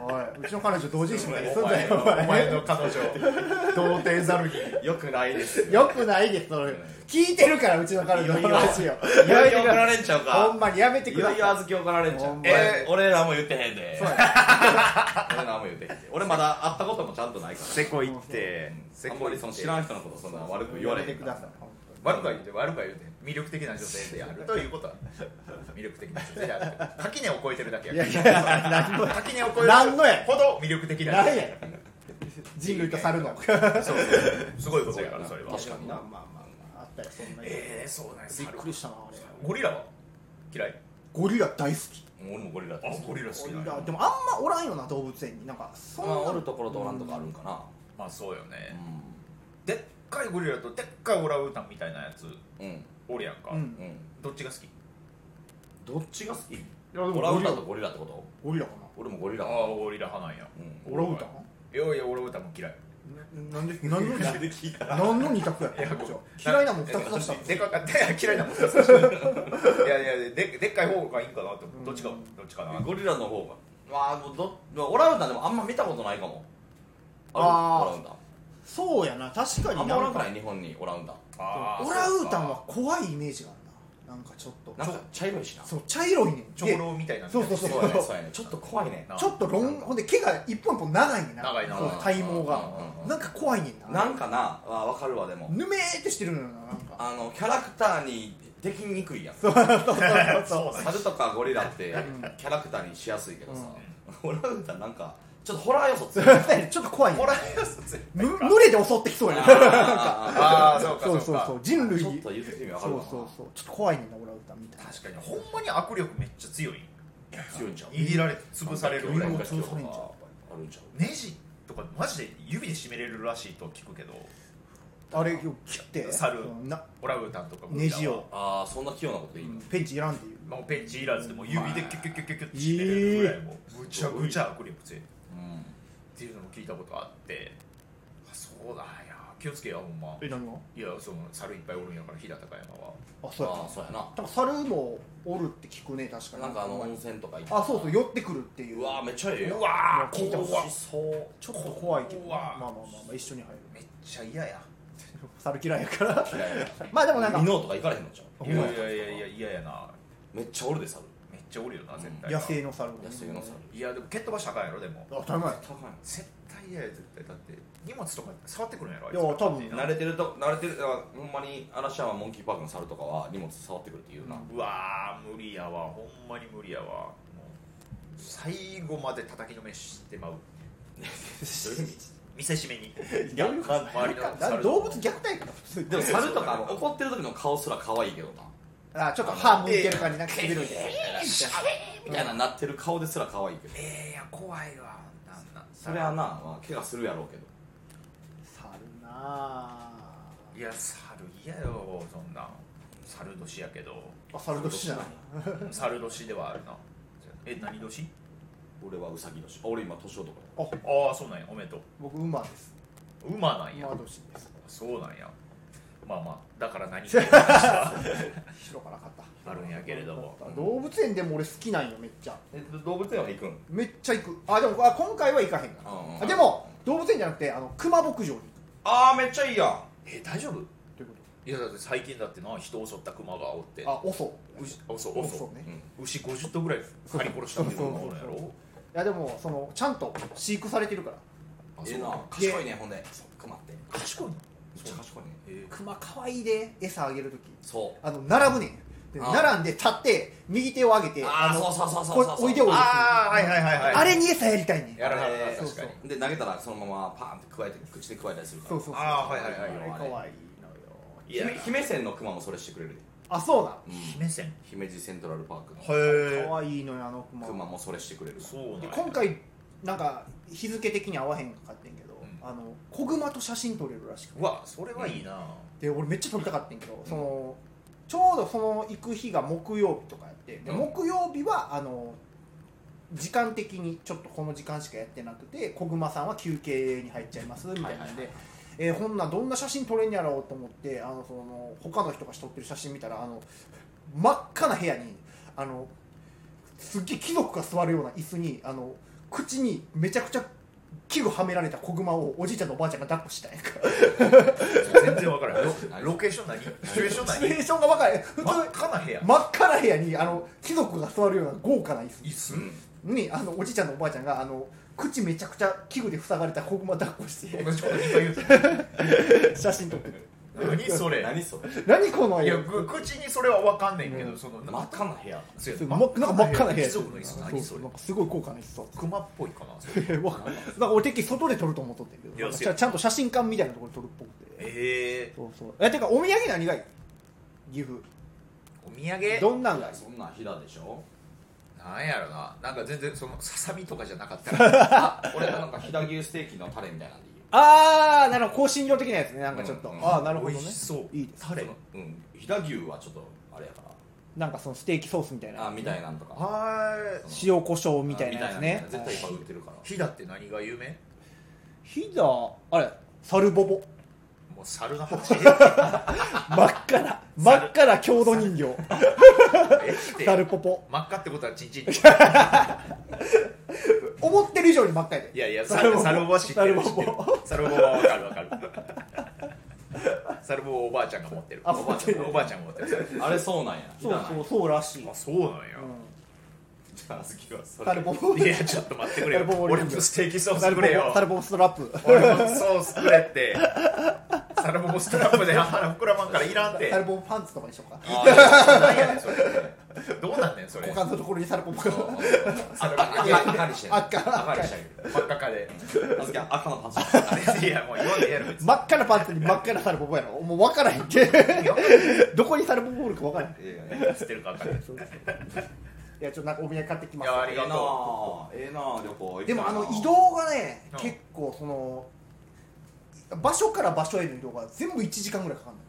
[SPEAKER 3] おいうちの彼女同人誌みたいにすんだよ
[SPEAKER 1] お
[SPEAKER 3] お
[SPEAKER 1] 前
[SPEAKER 2] お
[SPEAKER 3] 前
[SPEAKER 2] 前の彼女童貞猿に
[SPEAKER 1] よくないですよ
[SPEAKER 3] よくないですそれ聞いてるからうちの彼女の話を
[SPEAKER 1] いよいよ怒られんちゃう
[SPEAKER 3] ほん
[SPEAKER 1] か
[SPEAKER 3] まにやめて
[SPEAKER 1] い
[SPEAKER 3] く
[SPEAKER 1] よ
[SPEAKER 3] ださい
[SPEAKER 1] いよあずき怒られんちゃ
[SPEAKER 3] ほ
[SPEAKER 1] うん
[SPEAKER 3] まや
[SPEAKER 1] えー俺らも言ってへんで
[SPEAKER 3] そうや
[SPEAKER 1] 俺らも言ってへんで俺まだ会ったこともちゃんとないから
[SPEAKER 2] せこいって
[SPEAKER 1] あんまりその知らん人のことそんな悪く言われ
[SPEAKER 3] やめ
[SPEAKER 1] へん
[SPEAKER 3] て
[SPEAKER 1] から
[SPEAKER 3] くださいほんとに
[SPEAKER 2] 悪くは言うて悪くは言うて魅力的な女性であるということは魅力的な女性である垣根を越えてるだけや
[SPEAKER 3] い
[SPEAKER 2] か
[SPEAKER 3] や
[SPEAKER 2] ら
[SPEAKER 3] いや何のや
[SPEAKER 2] 垣根を越える
[SPEAKER 3] 何のや
[SPEAKER 2] ほど魅力的だ
[SPEAKER 3] 何や人類と猿の
[SPEAKER 2] そうすごいことやからそれは
[SPEAKER 1] 確かにな
[SPEAKER 3] まあまあま ああったよそんなに
[SPEAKER 2] ええー、そうなんや
[SPEAKER 3] びっ
[SPEAKER 2] 猿
[SPEAKER 3] くりしたなあれ
[SPEAKER 2] ゴリラは嫌い
[SPEAKER 3] ゴリラ大好き
[SPEAKER 1] もう俺もゴリラって
[SPEAKER 2] ゴリラ
[SPEAKER 3] ゴリラでもあんまおらんよな動物園になんかそん
[SPEAKER 1] まあ
[SPEAKER 3] な
[SPEAKER 1] おるところとおらんとこあるんかな
[SPEAKER 2] まあそうよねでっかいゴリラとでっかいオランウータンみたいなやつ
[SPEAKER 1] うんうん
[SPEAKER 2] おるやんか、
[SPEAKER 3] うん
[SPEAKER 1] うん
[SPEAKER 2] どっちが好き
[SPEAKER 1] どっちが好き
[SPEAKER 3] いやでも
[SPEAKER 1] オランウータンとゴリラってこと
[SPEAKER 3] ゴリラか
[SPEAKER 1] 俺もゴリラ
[SPEAKER 2] ああゴリラ派なんや
[SPEAKER 1] うん
[SPEAKER 3] なオランウータ
[SPEAKER 2] いやいやオランウータンも嫌い
[SPEAKER 3] ンななんで何の二
[SPEAKER 1] で
[SPEAKER 3] 択
[SPEAKER 1] 聞いた
[SPEAKER 3] 何の二択や
[SPEAKER 2] いや
[SPEAKER 3] こっちは嫌いなもん二つ出した
[SPEAKER 2] でかかった嫌いなもん2つ出 したいやいやででっかい方がいいんかなと思ってどっちか
[SPEAKER 3] うん
[SPEAKER 2] どっちかな
[SPEAKER 1] ゴリラの方がまあもうどまあオランウータンでもあんま見たことないかもる
[SPEAKER 3] あー
[SPEAKER 1] オランウータン
[SPEAKER 3] そうやな確か
[SPEAKER 1] あ
[SPEAKER 3] に
[SPEAKER 1] んまおら
[SPEAKER 3] なん
[SPEAKER 1] んくない
[SPEAKER 3] か
[SPEAKER 1] 日本にオランウータン
[SPEAKER 2] あ
[SPEAKER 3] オランウータンは怖いイメージがあるななんかちょっと
[SPEAKER 1] なんか茶色いしな
[SPEAKER 3] そう茶色いねん
[SPEAKER 2] 長
[SPEAKER 3] で
[SPEAKER 2] 老みたいな
[SPEAKER 3] そうそうそう
[SPEAKER 1] そうや ねそうやねちょっと怖いね
[SPEAKER 2] な
[SPEAKER 3] ちょっとロンほんで毛が一本一本長いねんな
[SPEAKER 2] 長いな
[SPEAKER 3] そう体毛が
[SPEAKER 1] うんうんうん
[SPEAKER 3] なんか怖いねん
[SPEAKER 1] な
[SPEAKER 3] な
[SPEAKER 1] んかなあ分かるわでも
[SPEAKER 3] ぬめーってしてるのよななんか
[SPEAKER 1] あのキャラクターにできにくいやん
[SPEAKER 2] そう
[SPEAKER 1] 猿とかゴリラって
[SPEAKER 3] ん
[SPEAKER 1] キャラクターにしやすいけどさオランウータンなんかちょっとホラー要素 強い
[SPEAKER 3] ちょっと怖いね
[SPEAKER 2] オランウー
[SPEAKER 3] む群れで襲ってきそうやねん
[SPEAKER 1] あー
[SPEAKER 2] タンああそうか
[SPEAKER 3] そ
[SPEAKER 2] そうう
[SPEAKER 3] そう
[SPEAKER 2] か
[SPEAKER 3] そう人類
[SPEAKER 1] ちょっ
[SPEAKER 3] に
[SPEAKER 1] と言ってみ分か
[SPEAKER 3] そ
[SPEAKER 1] る
[SPEAKER 3] う
[SPEAKER 1] か
[SPEAKER 3] そうそうちょっと怖いねんなオランウータンみたいな
[SPEAKER 2] 確かにほんまに握力めっちゃ強い
[SPEAKER 1] な強いんちゃう
[SPEAKER 2] 握られて潰されるぐらい
[SPEAKER 3] も
[SPEAKER 1] なんか
[SPEAKER 3] う潰されんちゃう
[SPEAKER 1] あるんちゃ
[SPEAKER 2] ネジとかマジで指で締めれるらしいと聞くけど
[SPEAKER 3] あれを切って
[SPEAKER 2] 猿
[SPEAKER 3] うんな
[SPEAKER 2] オランウータンとかゴリ
[SPEAKER 3] ネ
[SPEAKER 2] ラは
[SPEAKER 3] ジを
[SPEAKER 1] うああそんな器用なことでいいの
[SPEAKER 3] ペンチいらんっていう
[SPEAKER 2] もうペンチいらずでもう指でキュキュキュキュキュって締めれるぐらいもうむちゃむちゃ握力強いっていうのも聞いたことあってあそうだいや気をつけよほんま
[SPEAKER 3] え何が
[SPEAKER 2] いやその猿いっぱいおるんやから飛騨高山は
[SPEAKER 3] あそうや
[SPEAKER 1] ああそうやな
[SPEAKER 3] なんか猿もおるって聞くね確かに
[SPEAKER 1] なんかあの温泉とか行って
[SPEAKER 3] あそうそう寄ってくるっていう
[SPEAKER 1] うわーめっちゃええ
[SPEAKER 2] う
[SPEAKER 1] よ
[SPEAKER 2] わー
[SPEAKER 3] 聞いたこと
[SPEAKER 2] 怖っ
[SPEAKER 1] そう
[SPEAKER 3] ちょっと怖いけど
[SPEAKER 2] う
[SPEAKER 3] ま
[SPEAKER 2] わ
[SPEAKER 3] あまあまあまあ一緒に入る
[SPEAKER 2] めっちゃ嫌や
[SPEAKER 3] 猿嫌いやから
[SPEAKER 1] 嫌いや
[SPEAKER 3] まあでもなんか
[SPEAKER 1] ミノーとか行かれへんのちゃう
[SPEAKER 2] いやいやいやいや嫌やな
[SPEAKER 1] めっちゃおるで猿
[SPEAKER 2] めっちゃおるよな絶対な
[SPEAKER 3] 野生の猿
[SPEAKER 1] 野生の猿
[SPEAKER 2] いやでも蹴っ飛ばしたらあかんやろでも
[SPEAKER 3] あたま
[SPEAKER 1] 高い
[SPEAKER 2] 絶対嫌や絶対だって荷物とか触ってくるんやろあ
[SPEAKER 3] いや多分
[SPEAKER 2] 勝手に
[SPEAKER 1] 慣れてると慣れてるだからほんまに嵐山モンキーパークの猿とかは荷物触ってくるっていうな、
[SPEAKER 2] うわー無理やわほんまに無理やわもう最後まで叩きのめしてまう見せしめに
[SPEAKER 3] にどういうこと
[SPEAKER 2] 周りの
[SPEAKER 3] だ
[SPEAKER 2] 猿
[SPEAKER 3] 動物虐待やから普通に
[SPEAKER 1] でも猿とかも怒ってる時の顔すら可愛いけどな
[SPEAKER 3] あちょっと歯向いてる感じなんか滑るみたいな
[SPEAKER 1] みたいななってる顔ですら可愛いけど
[SPEAKER 2] ええや怖いわなんなん
[SPEAKER 1] それはな、まあ、怪我するやろうけど
[SPEAKER 3] 猿なあ
[SPEAKER 2] いや猿嫌よそんなん猿年やけど
[SPEAKER 3] あ猿年じゃない
[SPEAKER 2] 猿年ではあるなえ何年
[SPEAKER 1] 俺はウサギ年あ俺今年男
[SPEAKER 3] あ
[SPEAKER 2] ああそうなんやおめでとう
[SPEAKER 3] 僕馬です
[SPEAKER 2] 馬なんや
[SPEAKER 3] 馬年です
[SPEAKER 2] そうなんやまあまあだから何
[SPEAKER 3] 白から買った
[SPEAKER 2] あるんやけれども
[SPEAKER 3] 動物園でも俺好きなんよめっちゃ
[SPEAKER 1] え動物園は行くん
[SPEAKER 3] めっちゃ行くあでもあ今回は行かへんから、
[SPEAKER 1] うんうん
[SPEAKER 3] あでも動物園じゃなくてあの熊牧場に行く
[SPEAKER 1] ああめっちゃいいやん
[SPEAKER 2] え大丈夫
[SPEAKER 3] というこ
[SPEAKER 2] いやだって最近だってな人を襲ったクマがおって
[SPEAKER 3] とあオソ
[SPEAKER 2] 牛あそう
[SPEAKER 3] オ
[SPEAKER 2] そう
[SPEAKER 3] ソね、
[SPEAKER 1] うん
[SPEAKER 2] 牛50頭ぐらい狩り殺したっていうのもあるや
[SPEAKER 3] そうそう
[SPEAKER 2] ろ
[SPEAKER 3] いやでもそのちゃんと飼育されてるから
[SPEAKER 2] あ
[SPEAKER 1] え
[SPEAKER 2] そう
[SPEAKER 1] えな賢いねほんで熊ってめ
[SPEAKER 2] 賢いの
[SPEAKER 1] っちゃ賢いね
[SPEAKER 2] えー
[SPEAKER 3] 熊可愛いで餌あげるとき
[SPEAKER 1] そ
[SPEAKER 3] あの並ぶねんで
[SPEAKER 1] あ
[SPEAKER 3] 並んで立って右手を上げて
[SPEAKER 1] うああ
[SPEAKER 3] の
[SPEAKER 1] そうそうそうそうそう
[SPEAKER 3] こおいでおいで
[SPEAKER 2] ああはいはいはいはい
[SPEAKER 3] あれに餌やりたいねん
[SPEAKER 2] やらはるな
[SPEAKER 1] そう
[SPEAKER 3] そう
[SPEAKER 2] 確かに
[SPEAKER 1] で投げたらそのままパーンって加えて口で加えたりするから
[SPEAKER 3] そうそうそう
[SPEAKER 2] あーはいはいはい
[SPEAKER 3] あれ可愛いのよ
[SPEAKER 2] いや
[SPEAKER 1] 姫姫線の熊もそれしてくれるで、
[SPEAKER 3] あそうだ
[SPEAKER 1] うん
[SPEAKER 2] 姫線へ
[SPEAKER 1] 姫路セントラルパークの
[SPEAKER 2] え
[SPEAKER 3] 可愛いのよあの熊
[SPEAKER 1] 熊もそれしてくれる
[SPEAKER 2] そうなん
[SPEAKER 3] で
[SPEAKER 2] や
[SPEAKER 3] 今回なんか日付的に合わへんかってんけど、
[SPEAKER 2] うん
[SPEAKER 3] あの子熊と写真撮れるらしくて
[SPEAKER 2] うわそれはいいな
[SPEAKER 3] で俺めっちゃ撮りたかったんけど、そのちょうどその行く日が木曜日とかやってで
[SPEAKER 1] うん
[SPEAKER 3] 木曜日はあの時間的にちょっとこの時間しかやってなくて小熊さんは休憩に入っちゃいますみたいなんで、えーほんなんどんな写真撮れんやろうと思ってあのその他の人が撮ってる写真見たらあの真っ赤な部屋にあのすっげえ貴族が座るような椅子にあの口にめちゃくちゃ器具はめられた子熊をおじいちゃんとおばあちゃんが抱っこしたんやんか
[SPEAKER 2] 全然わ からん
[SPEAKER 1] 何
[SPEAKER 2] ロロケーション何シチュエーション
[SPEAKER 3] シチュエ
[SPEAKER 2] 何
[SPEAKER 3] ーションが分からへん普通
[SPEAKER 2] 真っ赤な部屋
[SPEAKER 3] 真っ赤な部屋にあの貴族が座るような豪華な椅
[SPEAKER 2] 椅子
[SPEAKER 1] うん
[SPEAKER 3] 子にあのおじいちゃんのおばあちゃんがあの口めちゃくちゃ器具で塞がれた子熊抱っ こして
[SPEAKER 2] 同じこと2回言うて
[SPEAKER 3] 写真撮ってる
[SPEAKER 2] 何それ
[SPEAKER 1] 何それ
[SPEAKER 3] 何この
[SPEAKER 2] い
[SPEAKER 3] 絵
[SPEAKER 2] やぐ口にそれは分かんねんけど、
[SPEAKER 3] うん
[SPEAKER 2] その
[SPEAKER 1] 真っ赤な部屋
[SPEAKER 2] そうや
[SPEAKER 3] そうまなんか真っ赤な部屋
[SPEAKER 2] 貴族の椅子何
[SPEAKER 3] そ
[SPEAKER 2] そうれ
[SPEAKER 3] なんかすごい豪華な椅子座っ
[SPEAKER 2] 熊っぽいかなそれ
[SPEAKER 3] てわかんないなんか俺てっきり外で撮ると思っとってんけど
[SPEAKER 2] いや
[SPEAKER 3] なんか
[SPEAKER 2] せ
[SPEAKER 3] ちゃ
[SPEAKER 2] や
[SPEAKER 3] ちゃんと写真館みたいなところで撮るっぽくて
[SPEAKER 2] ええ
[SPEAKER 3] そうそうえてかお土産何がいい岐阜
[SPEAKER 2] お土産
[SPEAKER 3] どんなんがいい
[SPEAKER 1] そんなんひらでしょ
[SPEAKER 2] なんやろななんか全然そのささみとかじゃなかったら
[SPEAKER 1] 俺がなんか飛騨牛ステーキのタレみたいなんでいいよ
[SPEAKER 3] あーなるほど香辛料的なやつねなんかちょっと、
[SPEAKER 1] うんうん
[SPEAKER 3] ああなるほどね
[SPEAKER 2] 美味しそう
[SPEAKER 3] いいです
[SPEAKER 2] タレ
[SPEAKER 1] そのうん飛騨牛はちょっとあれやか
[SPEAKER 3] なんかそのステーキソースみたい
[SPEAKER 1] ら
[SPEAKER 3] な
[SPEAKER 1] あみたいなんとか
[SPEAKER 2] はーい
[SPEAKER 3] 塩コショウみたいなやつね
[SPEAKER 1] みたいなみたいな絶対いっぱい売ってるから
[SPEAKER 2] 飛騨って何が有名
[SPEAKER 3] ひだあれサルボボ
[SPEAKER 2] もう猿の話
[SPEAKER 3] 真っ赤な真っ赤な郷土人形
[SPEAKER 2] えって
[SPEAKER 3] サルポポ
[SPEAKER 2] 真っ赤ってことはチンチンってこ
[SPEAKER 3] 思ってる以上に真っ赤や
[SPEAKER 2] とい
[SPEAKER 3] で
[SPEAKER 2] やいや
[SPEAKER 3] サルボ
[SPEAKER 2] 猿猿
[SPEAKER 3] ボ
[SPEAKER 2] ボは知ってる
[SPEAKER 3] サルボ
[SPEAKER 2] 知
[SPEAKER 3] ボ
[SPEAKER 2] ってる猿ボは分かる分かる猿ボはおばあちゃんが持ってる
[SPEAKER 3] あ
[SPEAKER 2] おばあちゃんおばあちゃんが持ってる
[SPEAKER 1] あれそうなんや
[SPEAKER 3] そうそうそうらしい、う
[SPEAKER 2] あそうなんや、
[SPEAKER 3] ん、
[SPEAKER 1] じゃあ次はそれ
[SPEAKER 3] サルポポ
[SPEAKER 2] いやちょっと待ってくれ
[SPEAKER 3] サ
[SPEAKER 2] よ
[SPEAKER 3] ルボボ
[SPEAKER 2] 俺もステーキソー
[SPEAKER 3] サ
[SPEAKER 2] ス
[SPEAKER 3] ル
[SPEAKER 2] く
[SPEAKER 3] ポ
[SPEAKER 2] れよ
[SPEAKER 3] ポサルポポストラップ
[SPEAKER 2] 俺もソースくれってサルボボストラップで腹膨らまんからいらんって
[SPEAKER 3] サルポポパンツとかにしようか
[SPEAKER 1] あー
[SPEAKER 2] なんやねんそれどうなんねんそれ
[SPEAKER 3] 股間のところにサルポポが
[SPEAKER 1] あ赤赤にして
[SPEAKER 3] 赤赤
[SPEAKER 1] 赤にしてあげる
[SPEAKER 2] 真っ赤かで
[SPEAKER 1] あずきは赤のパンツ
[SPEAKER 2] いやもう言わんでええやろ別に
[SPEAKER 3] 真っ赤なパンツに真っ赤なサルポポやろもう分からへんけ どこにサルポポおるか分からへん
[SPEAKER 1] ええ
[SPEAKER 2] 知ってるか分かんない
[SPEAKER 3] そうそういやちょっとなんかお土産買ってきます
[SPEAKER 2] いやあり
[SPEAKER 1] ええ
[SPEAKER 2] が
[SPEAKER 1] な
[SPEAKER 2] とう
[SPEAKER 1] あええなあ旅行行きたいな
[SPEAKER 3] でもあの移動がね
[SPEAKER 2] うん
[SPEAKER 3] 結構その場所から場所への移動が全部1時間ぐらいかかるの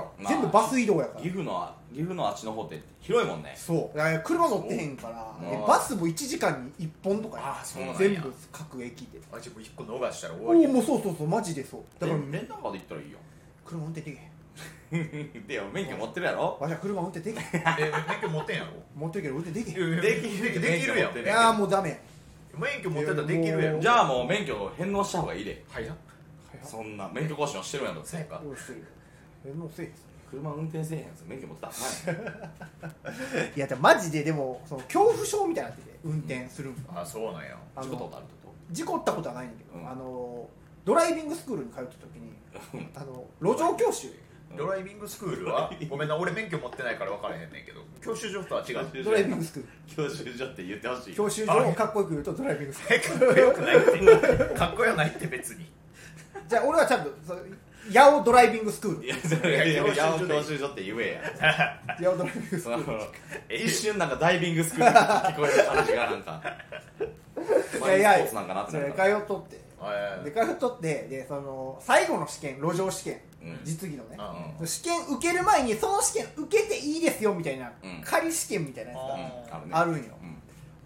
[SPEAKER 3] よ
[SPEAKER 2] あら
[SPEAKER 1] まあ
[SPEAKER 3] 全部バス移動やから
[SPEAKER 1] 岐阜の岐阜のあっちの方って広いもんね
[SPEAKER 3] そういや車乗ってへんから
[SPEAKER 1] そう
[SPEAKER 3] で
[SPEAKER 1] うん
[SPEAKER 3] バスも1時間に1本とかや
[SPEAKER 2] あそうなんや
[SPEAKER 3] 全部各駅で
[SPEAKER 2] あじゃあもう一個逃したら終
[SPEAKER 3] おお
[SPEAKER 2] わりや
[SPEAKER 3] もうそうそうそうマジでそうだ
[SPEAKER 1] だ
[SPEAKER 3] か
[SPEAKER 1] かららレンタカーで行ったらいいよ
[SPEAKER 3] 車運転できへん
[SPEAKER 1] でよ免許持ってるやろ
[SPEAKER 3] わしは車運転で きへん
[SPEAKER 2] え免許持ってんやろ
[SPEAKER 3] 持ってるけど運転できへんい
[SPEAKER 1] できる
[SPEAKER 2] できるやん
[SPEAKER 1] できる
[SPEAKER 3] やーもうダメ
[SPEAKER 2] 免許持ってたらできるやん
[SPEAKER 3] い
[SPEAKER 1] じゃあもう免許を返納した方がいいで
[SPEAKER 2] はいや
[SPEAKER 1] そんな免許更新をしてるやんと
[SPEAKER 2] そうやんか
[SPEAKER 3] どうしてるえもうせえへん
[SPEAKER 1] 車運転せえへんやつ免許持ってたらあかんやん
[SPEAKER 3] いやでもマジででもその恐怖症みたいになってて運転するんが
[SPEAKER 2] あそうなんや
[SPEAKER 3] あ
[SPEAKER 1] 事故ったこと
[SPEAKER 3] の
[SPEAKER 1] あるってこ
[SPEAKER 3] 事故ったことはないんだけど、
[SPEAKER 1] うん
[SPEAKER 3] あのドライビングスクールに通ってた時に
[SPEAKER 1] うん
[SPEAKER 3] あの路上教習
[SPEAKER 2] ドライビングスクールはごめんな俺免許持ってないから分からへんねんけど教習所とは違う
[SPEAKER 1] と
[SPEAKER 3] ドライビングスクー
[SPEAKER 1] 教
[SPEAKER 3] ル
[SPEAKER 1] 習所って言ってほしい
[SPEAKER 3] 教習所をかっこよく言うとドライビングスクー
[SPEAKER 2] えかっこよくないってかっこよないって別に
[SPEAKER 3] ルじゃあ俺はちゃんとそう八尾ドライビングスクー
[SPEAKER 1] い
[SPEAKER 3] ル
[SPEAKER 1] やそれいや八尾教習所って言えや
[SPEAKER 3] 八尾ドライビングスク
[SPEAKER 1] そ
[SPEAKER 3] ー
[SPEAKER 1] の
[SPEAKER 3] ル
[SPEAKER 1] 一瞬なんかダイビングスクールって聞こえる感じがなん かマリンスポーツなんかなって
[SPEAKER 3] そ
[SPEAKER 1] な
[SPEAKER 3] れ
[SPEAKER 1] る
[SPEAKER 3] 通
[SPEAKER 1] から
[SPEAKER 3] っとって
[SPEAKER 2] あ
[SPEAKER 3] で通っとってでその最後の試験路上試験、
[SPEAKER 1] うん
[SPEAKER 3] 実技のね
[SPEAKER 2] あ
[SPEAKER 3] 試験受ける前にその試験受けていいですよみたいな、
[SPEAKER 1] うん
[SPEAKER 3] 仮試験みたいなやつ
[SPEAKER 1] うんあ
[SPEAKER 3] が
[SPEAKER 1] るね
[SPEAKER 3] あるんよ、
[SPEAKER 1] うん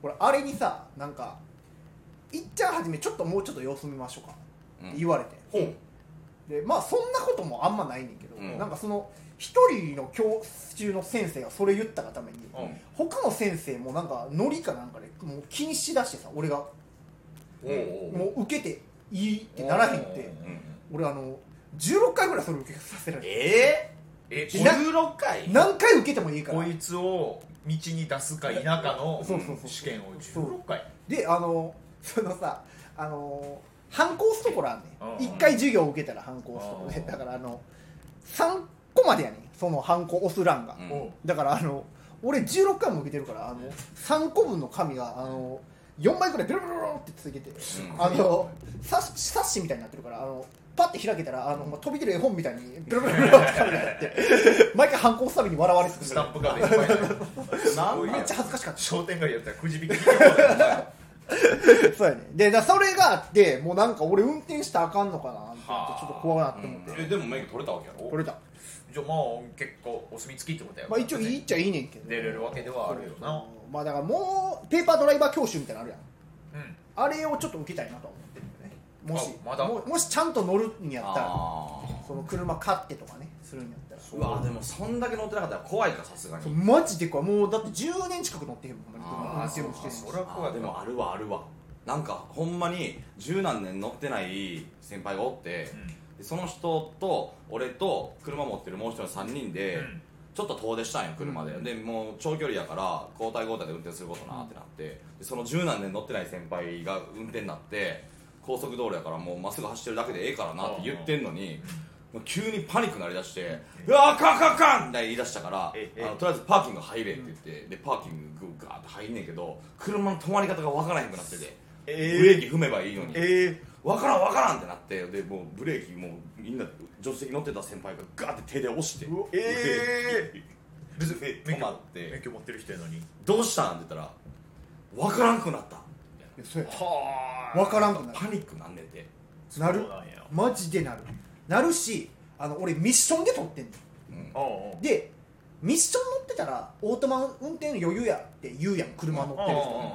[SPEAKER 3] 俺あれにさなんかいっちゃんはじめちょっともうちょっと様子見ましょうかって言われて、
[SPEAKER 1] ほう
[SPEAKER 3] でまあそんなこともあんまないねんけど、
[SPEAKER 1] うん
[SPEAKER 3] なんかその一人の教室中の先生がそれ言ったがために、
[SPEAKER 1] うん
[SPEAKER 3] 他の先生もなんかノリかなんかでもう気にしだしてさ俺
[SPEAKER 1] お
[SPEAKER 3] が
[SPEAKER 1] うおう
[SPEAKER 3] もう受けていいってならへんって
[SPEAKER 1] うん
[SPEAKER 3] 俺あの16回ぐらいそれ受けさせられ
[SPEAKER 1] え
[SPEAKER 2] え
[SPEAKER 1] ー、16回
[SPEAKER 3] た何回受けてもいいか
[SPEAKER 2] こ
[SPEAKER 3] ら
[SPEAKER 2] いつを道に出すか否かの
[SPEAKER 3] そうそうそう
[SPEAKER 2] 試験を16回
[SPEAKER 3] であのそのさあの反抗すところあん
[SPEAKER 2] うんう
[SPEAKER 3] ね
[SPEAKER 2] ん
[SPEAKER 3] ん一回授業受けたら反抗すところ
[SPEAKER 2] う
[SPEAKER 3] で
[SPEAKER 2] んうん
[SPEAKER 3] だからあの3個までやねんその反抗押す欄が、
[SPEAKER 1] うん
[SPEAKER 3] だからあの俺16回も受けてるからあの3個分の紙があの4枚くらいベロベロベロってついてて、
[SPEAKER 1] ん
[SPEAKER 3] あの冊冊子みたいになってるからあのパッて開けたらあのまあ飛び出る絵本みたいにベロベロベロって紙があって毎回反抗すたびに笑われてくる
[SPEAKER 2] スタンプがいっぱい入る
[SPEAKER 1] なん
[SPEAKER 3] めっちゃ恥ずかしかった
[SPEAKER 2] 商店街やったらくじ引きに行くよ
[SPEAKER 3] そうやねでだそれがあってもうなんか俺運転したらあかんのかなって
[SPEAKER 2] はあ
[SPEAKER 3] ちょっと怖いなって思って、
[SPEAKER 1] えでも免許取れたわけやろ
[SPEAKER 3] これだ、
[SPEAKER 2] じゃあまあ結構お墨付きってことや
[SPEAKER 3] まあ、一応いいっちゃいいねんけど
[SPEAKER 2] 出れるわけではあるよな
[SPEAKER 3] まあだからもうペーパードライバー教習みたいなのあるやん
[SPEAKER 2] うん
[SPEAKER 3] あれをちょっと受けたいなとは思ってるんだよねもし
[SPEAKER 2] あまだ
[SPEAKER 3] ももしちゃんと乗るんやったら
[SPEAKER 1] あー
[SPEAKER 3] その車買ってとかねするんやったら
[SPEAKER 1] うわでもそんだけ乗ってなかったら怖いかさすが
[SPEAKER 3] そう
[SPEAKER 1] に
[SPEAKER 3] マジで怖いもうだって10年近く乗ってへんもん
[SPEAKER 1] あー
[SPEAKER 3] 車運転もしてへんし
[SPEAKER 2] そうかそれは怖い
[SPEAKER 1] あでもあるわあるわなんかほんまに十何年乗ってない先輩がおって、でその人と俺と車持ってるもう一人の3人で、
[SPEAKER 2] うん
[SPEAKER 1] ちょっと遠出したんよ車で、
[SPEAKER 2] うん
[SPEAKER 1] でもう長距離やから交代交代で運転することなってなってでその十何年乗ってない先輩が運転になって高速道路やからもうまっすぐ走ってるだけでええからなって言ってんのにもう急にパニックになりだして「うわあかんあかんあかん!」みたいに言い出したから
[SPEAKER 2] ええ
[SPEAKER 1] あのとりあえずパーキング入れって言ってでパーキングガーって入んねんけど車の止まり方がわからへんくなっててブレーキ踏めばいいのに
[SPEAKER 2] え
[SPEAKER 1] わからんわからんってなってでもうブレーキもうみんな助手席乗ってた先輩がガーって手で押して
[SPEAKER 2] えええ別に免
[SPEAKER 1] 止
[SPEAKER 2] 許
[SPEAKER 1] まって
[SPEAKER 2] 免許持ってる人やのに
[SPEAKER 1] どうしたんって言ったらわからんくなった
[SPEAKER 3] いやそうや
[SPEAKER 2] は
[SPEAKER 3] 分からんくなる
[SPEAKER 1] パニックなんねんて
[SPEAKER 3] なる
[SPEAKER 2] そうなんや
[SPEAKER 3] マジでなるなるしあの俺ミッションで撮ってんの
[SPEAKER 1] うん
[SPEAKER 2] おうおう
[SPEAKER 3] でミッション乗ってたらオートマ運転余裕やって言うやん車乗ってる
[SPEAKER 2] うん
[SPEAKER 3] 人
[SPEAKER 2] うんうん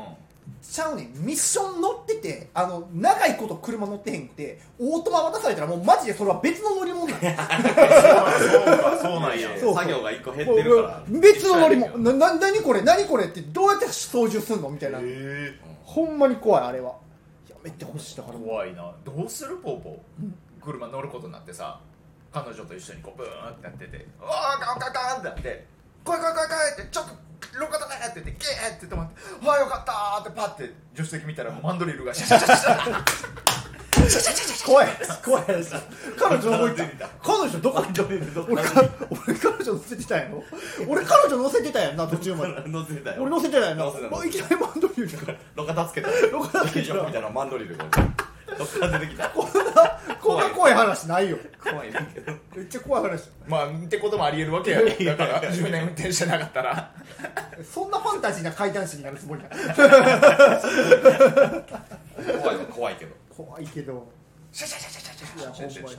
[SPEAKER 3] ちゃうねんミッション乗っててあの長いこと車乗ってへんくてオートマ渡されたらもうマジでそれは別の乗り物なの
[SPEAKER 2] そうかそうなんや
[SPEAKER 1] いやいや
[SPEAKER 3] そうそう
[SPEAKER 1] 作業が一個減
[SPEAKER 3] も
[SPEAKER 1] ってるから
[SPEAKER 3] う別の乗り
[SPEAKER 2] 一緒やねんけ
[SPEAKER 3] 物なな何これ何これってどうやって操縦すんのみたいな、
[SPEAKER 2] え
[SPEAKER 3] ほんまに怖いあれはやめてほしいだからもう
[SPEAKER 2] 怖いなどうするポーポー車乗ることになってさ彼女と一緒にこうブーンってなってて「わあガンガンガン!」ってなって「怖い怖い怖い怖い!」って「ちょっと路肩ね!」って言ってゲーって止まって「わあよかった!」ってパッて助手席見たらマンドリルがシャシャシャシャ
[SPEAKER 3] 怖い怖い彼女どこ行った彼女どこ行った俺か俺彼女乗せてたんやろ俺彼女乗せてたやんな途中まで
[SPEAKER 1] 乗せてたよ
[SPEAKER 3] 俺乗せてたやんな
[SPEAKER 1] 乗せてた
[SPEAKER 3] あいきなりマンドリルじゃん
[SPEAKER 1] ろ過助 けた
[SPEAKER 3] ろ過助け
[SPEAKER 1] 劇
[SPEAKER 3] た
[SPEAKER 1] 場みたいなマンドリルがろ過出てき た
[SPEAKER 3] こんなこんな怖い話ないよ
[SPEAKER 1] 怖いねんけど
[SPEAKER 3] めっちゃ怖い話
[SPEAKER 2] まあってこともありえるわけやねだから10年運転してなかったら
[SPEAKER 3] そんなファンタジーな怪談師になるつもりだ
[SPEAKER 1] 怖いは怖い けど
[SPEAKER 3] 怖いけど
[SPEAKER 2] シャシャシャシャシャ
[SPEAKER 3] い
[SPEAKER 2] シ
[SPEAKER 3] や
[SPEAKER 2] ャシ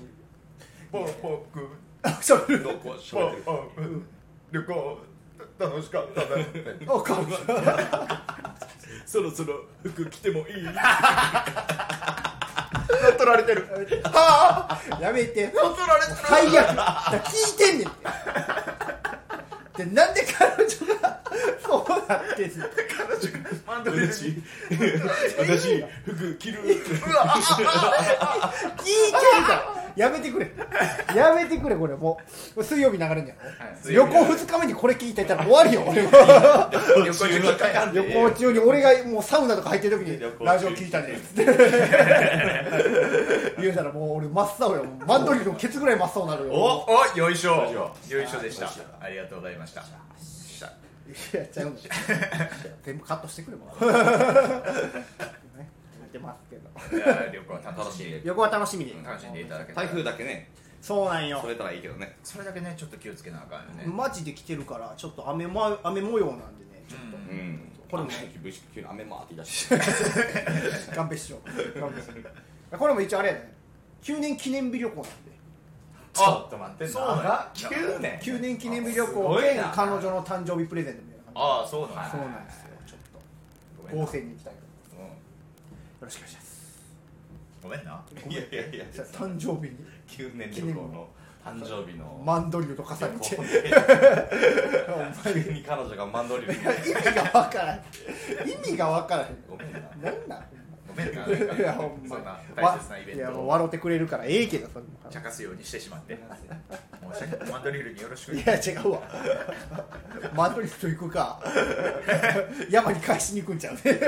[SPEAKER 3] ほん
[SPEAKER 2] ャシャシャポー
[SPEAKER 3] まに
[SPEAKER 2] ポーく
[SPEAKER 3] あしゃべる
[SPEAKER 1] どこし
[SPEAKER 2] ポ
[SPEAKER 1] ょ
[SPEAKER 2] ーポーく旅行楽しかったね
[SPEAKER 3] あかわいい
[SPEAKER 1] そろそろ服着て もいい
[SPEAKER 2] 乗っ取られてる
[SPEAKER 3] やめて
[SPEAKER 2] 乗っ取られてる
[SPEAKER 3] 最悪だから聞いてんねんってでなんで彼女がそうなってんの
[SPEAKER 2] 彼女がマンドリルに
[SPEAKER 1] 私私服着る
[SPEAKER 3] 聞いてるからやめてくれやめてくれこれもう水曜日流れんじゃん旅行2日目にこれ聞いてたら終わりよ俺は
[SPEAKER 2] 旅行中かやん
[SPEAKER 3] 旅行中に俺がもうサウナとか入ってる時にラジオ聞いたねっつって言うたらもう俺真っ青よマンドリルのケツぐらい真っ青になるよ
[SPEAKER 2] おおよいしょ
[SPEAKER 1] よ
[SPEAKER 2] よいしょでした
[SPEAKER 1] よいしょ
[SPEAKER 2] ありがとうございましたした
[SPEAKER 3] いやちゃうんだよ全部カットしてくれも うねやってますけど
[SPEAKER 2] いや旅行は楽
[SPEAKER 1] 楽
[SPEAKER 2] し
[SPEAKER 1] し
[SPEAKER 2] んで
[SPEAKER 1] い
[SPEAKER 3] 旅行は楽しみに
[SPEAKER 2] 楽しんでいただけたら
[SPEAKER 1] 台風だけね
[SPEAKER 3] そうなんよ
[SPEAKER 1] それたらいいけどね
[SPEAKER 2] それだけねちょっと気をつけなあかんよね
[SPEAKER 3] マジで来てるからちょっと雨,、ま、雨模様なんでねちょっ
[SPEAKER 1] う
[SPEAKER 3] と
[SPEAKER 1] ん
[SPEAKER 3] これも
[SPEAKER 1] 急に雨もって言い出して
[SPEAKER 3] 勘弁 しよう勘弁しようこれも一応あれやね9年記念日旅行なんで
[SPEAKER 2] ちょっと待って
[SPEAKER 1] そうだ9年
[SPEAKER 3] 9年記念日旅行
[SPEAKER 1] すごい
[SPEAKER 3] で
[SPEAKER 1] な
[SPEAKER 3] 彼女の誕生日プレゼントみたいな感
[SPEAKER 2] ああそうなん
[SPEAKER 3] じそうなんですよちょっと合成に行きたいとよろしくお願いします
[SPEAKER 2] おごめんな
[SPEAKER 3] ご
[SPEAKER 1] い
[SPEAKER 3] めん
[SPEAKER 1] やいやいや
[SPEAKER 3] それ誕生日に
[SPEAKER 1] 9年旅行の 誕生日の
[SPEAKER 3] マンドリルと重ね
[SPEAKER 1] 旅
[SPEAKER 3] て
[SPEAKER 1] 行で急に彼女がマンドリルに
[SPEAKER 3] 意味がわからん意味がわからへん
[SPEAKER 1] ごめんな
[SPEAKER 3] なんなん
[SPEAKER 2] ごめんな
[SPEAKER 3] いやほんま
[SPEAKER 2] そんな大切なイベン
[SPEAKER 3] いや
[SPEAKER 2] ト
[SPEAKER 3] もう
[SPEAKER 2] を
[SPEAKER 3] 笑ってくれるからええけどそれも
[SPEAKER 2] 茶化すようにしてしまって申し訳ないマンドリルによろしく
[SPEAKER 3] いや違うわマンドリルと行くか山に返しに行くんちゃうね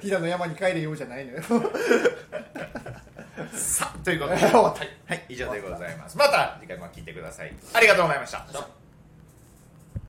[SPEAKER 3] 平野山に帰れようじゃないのよ
[SPEAKER 2] さあということで
[SPEAKER 3] 終わった
[SPEAKER 2] はい、以上でございますまた次回も聞いてくださいありがとうございました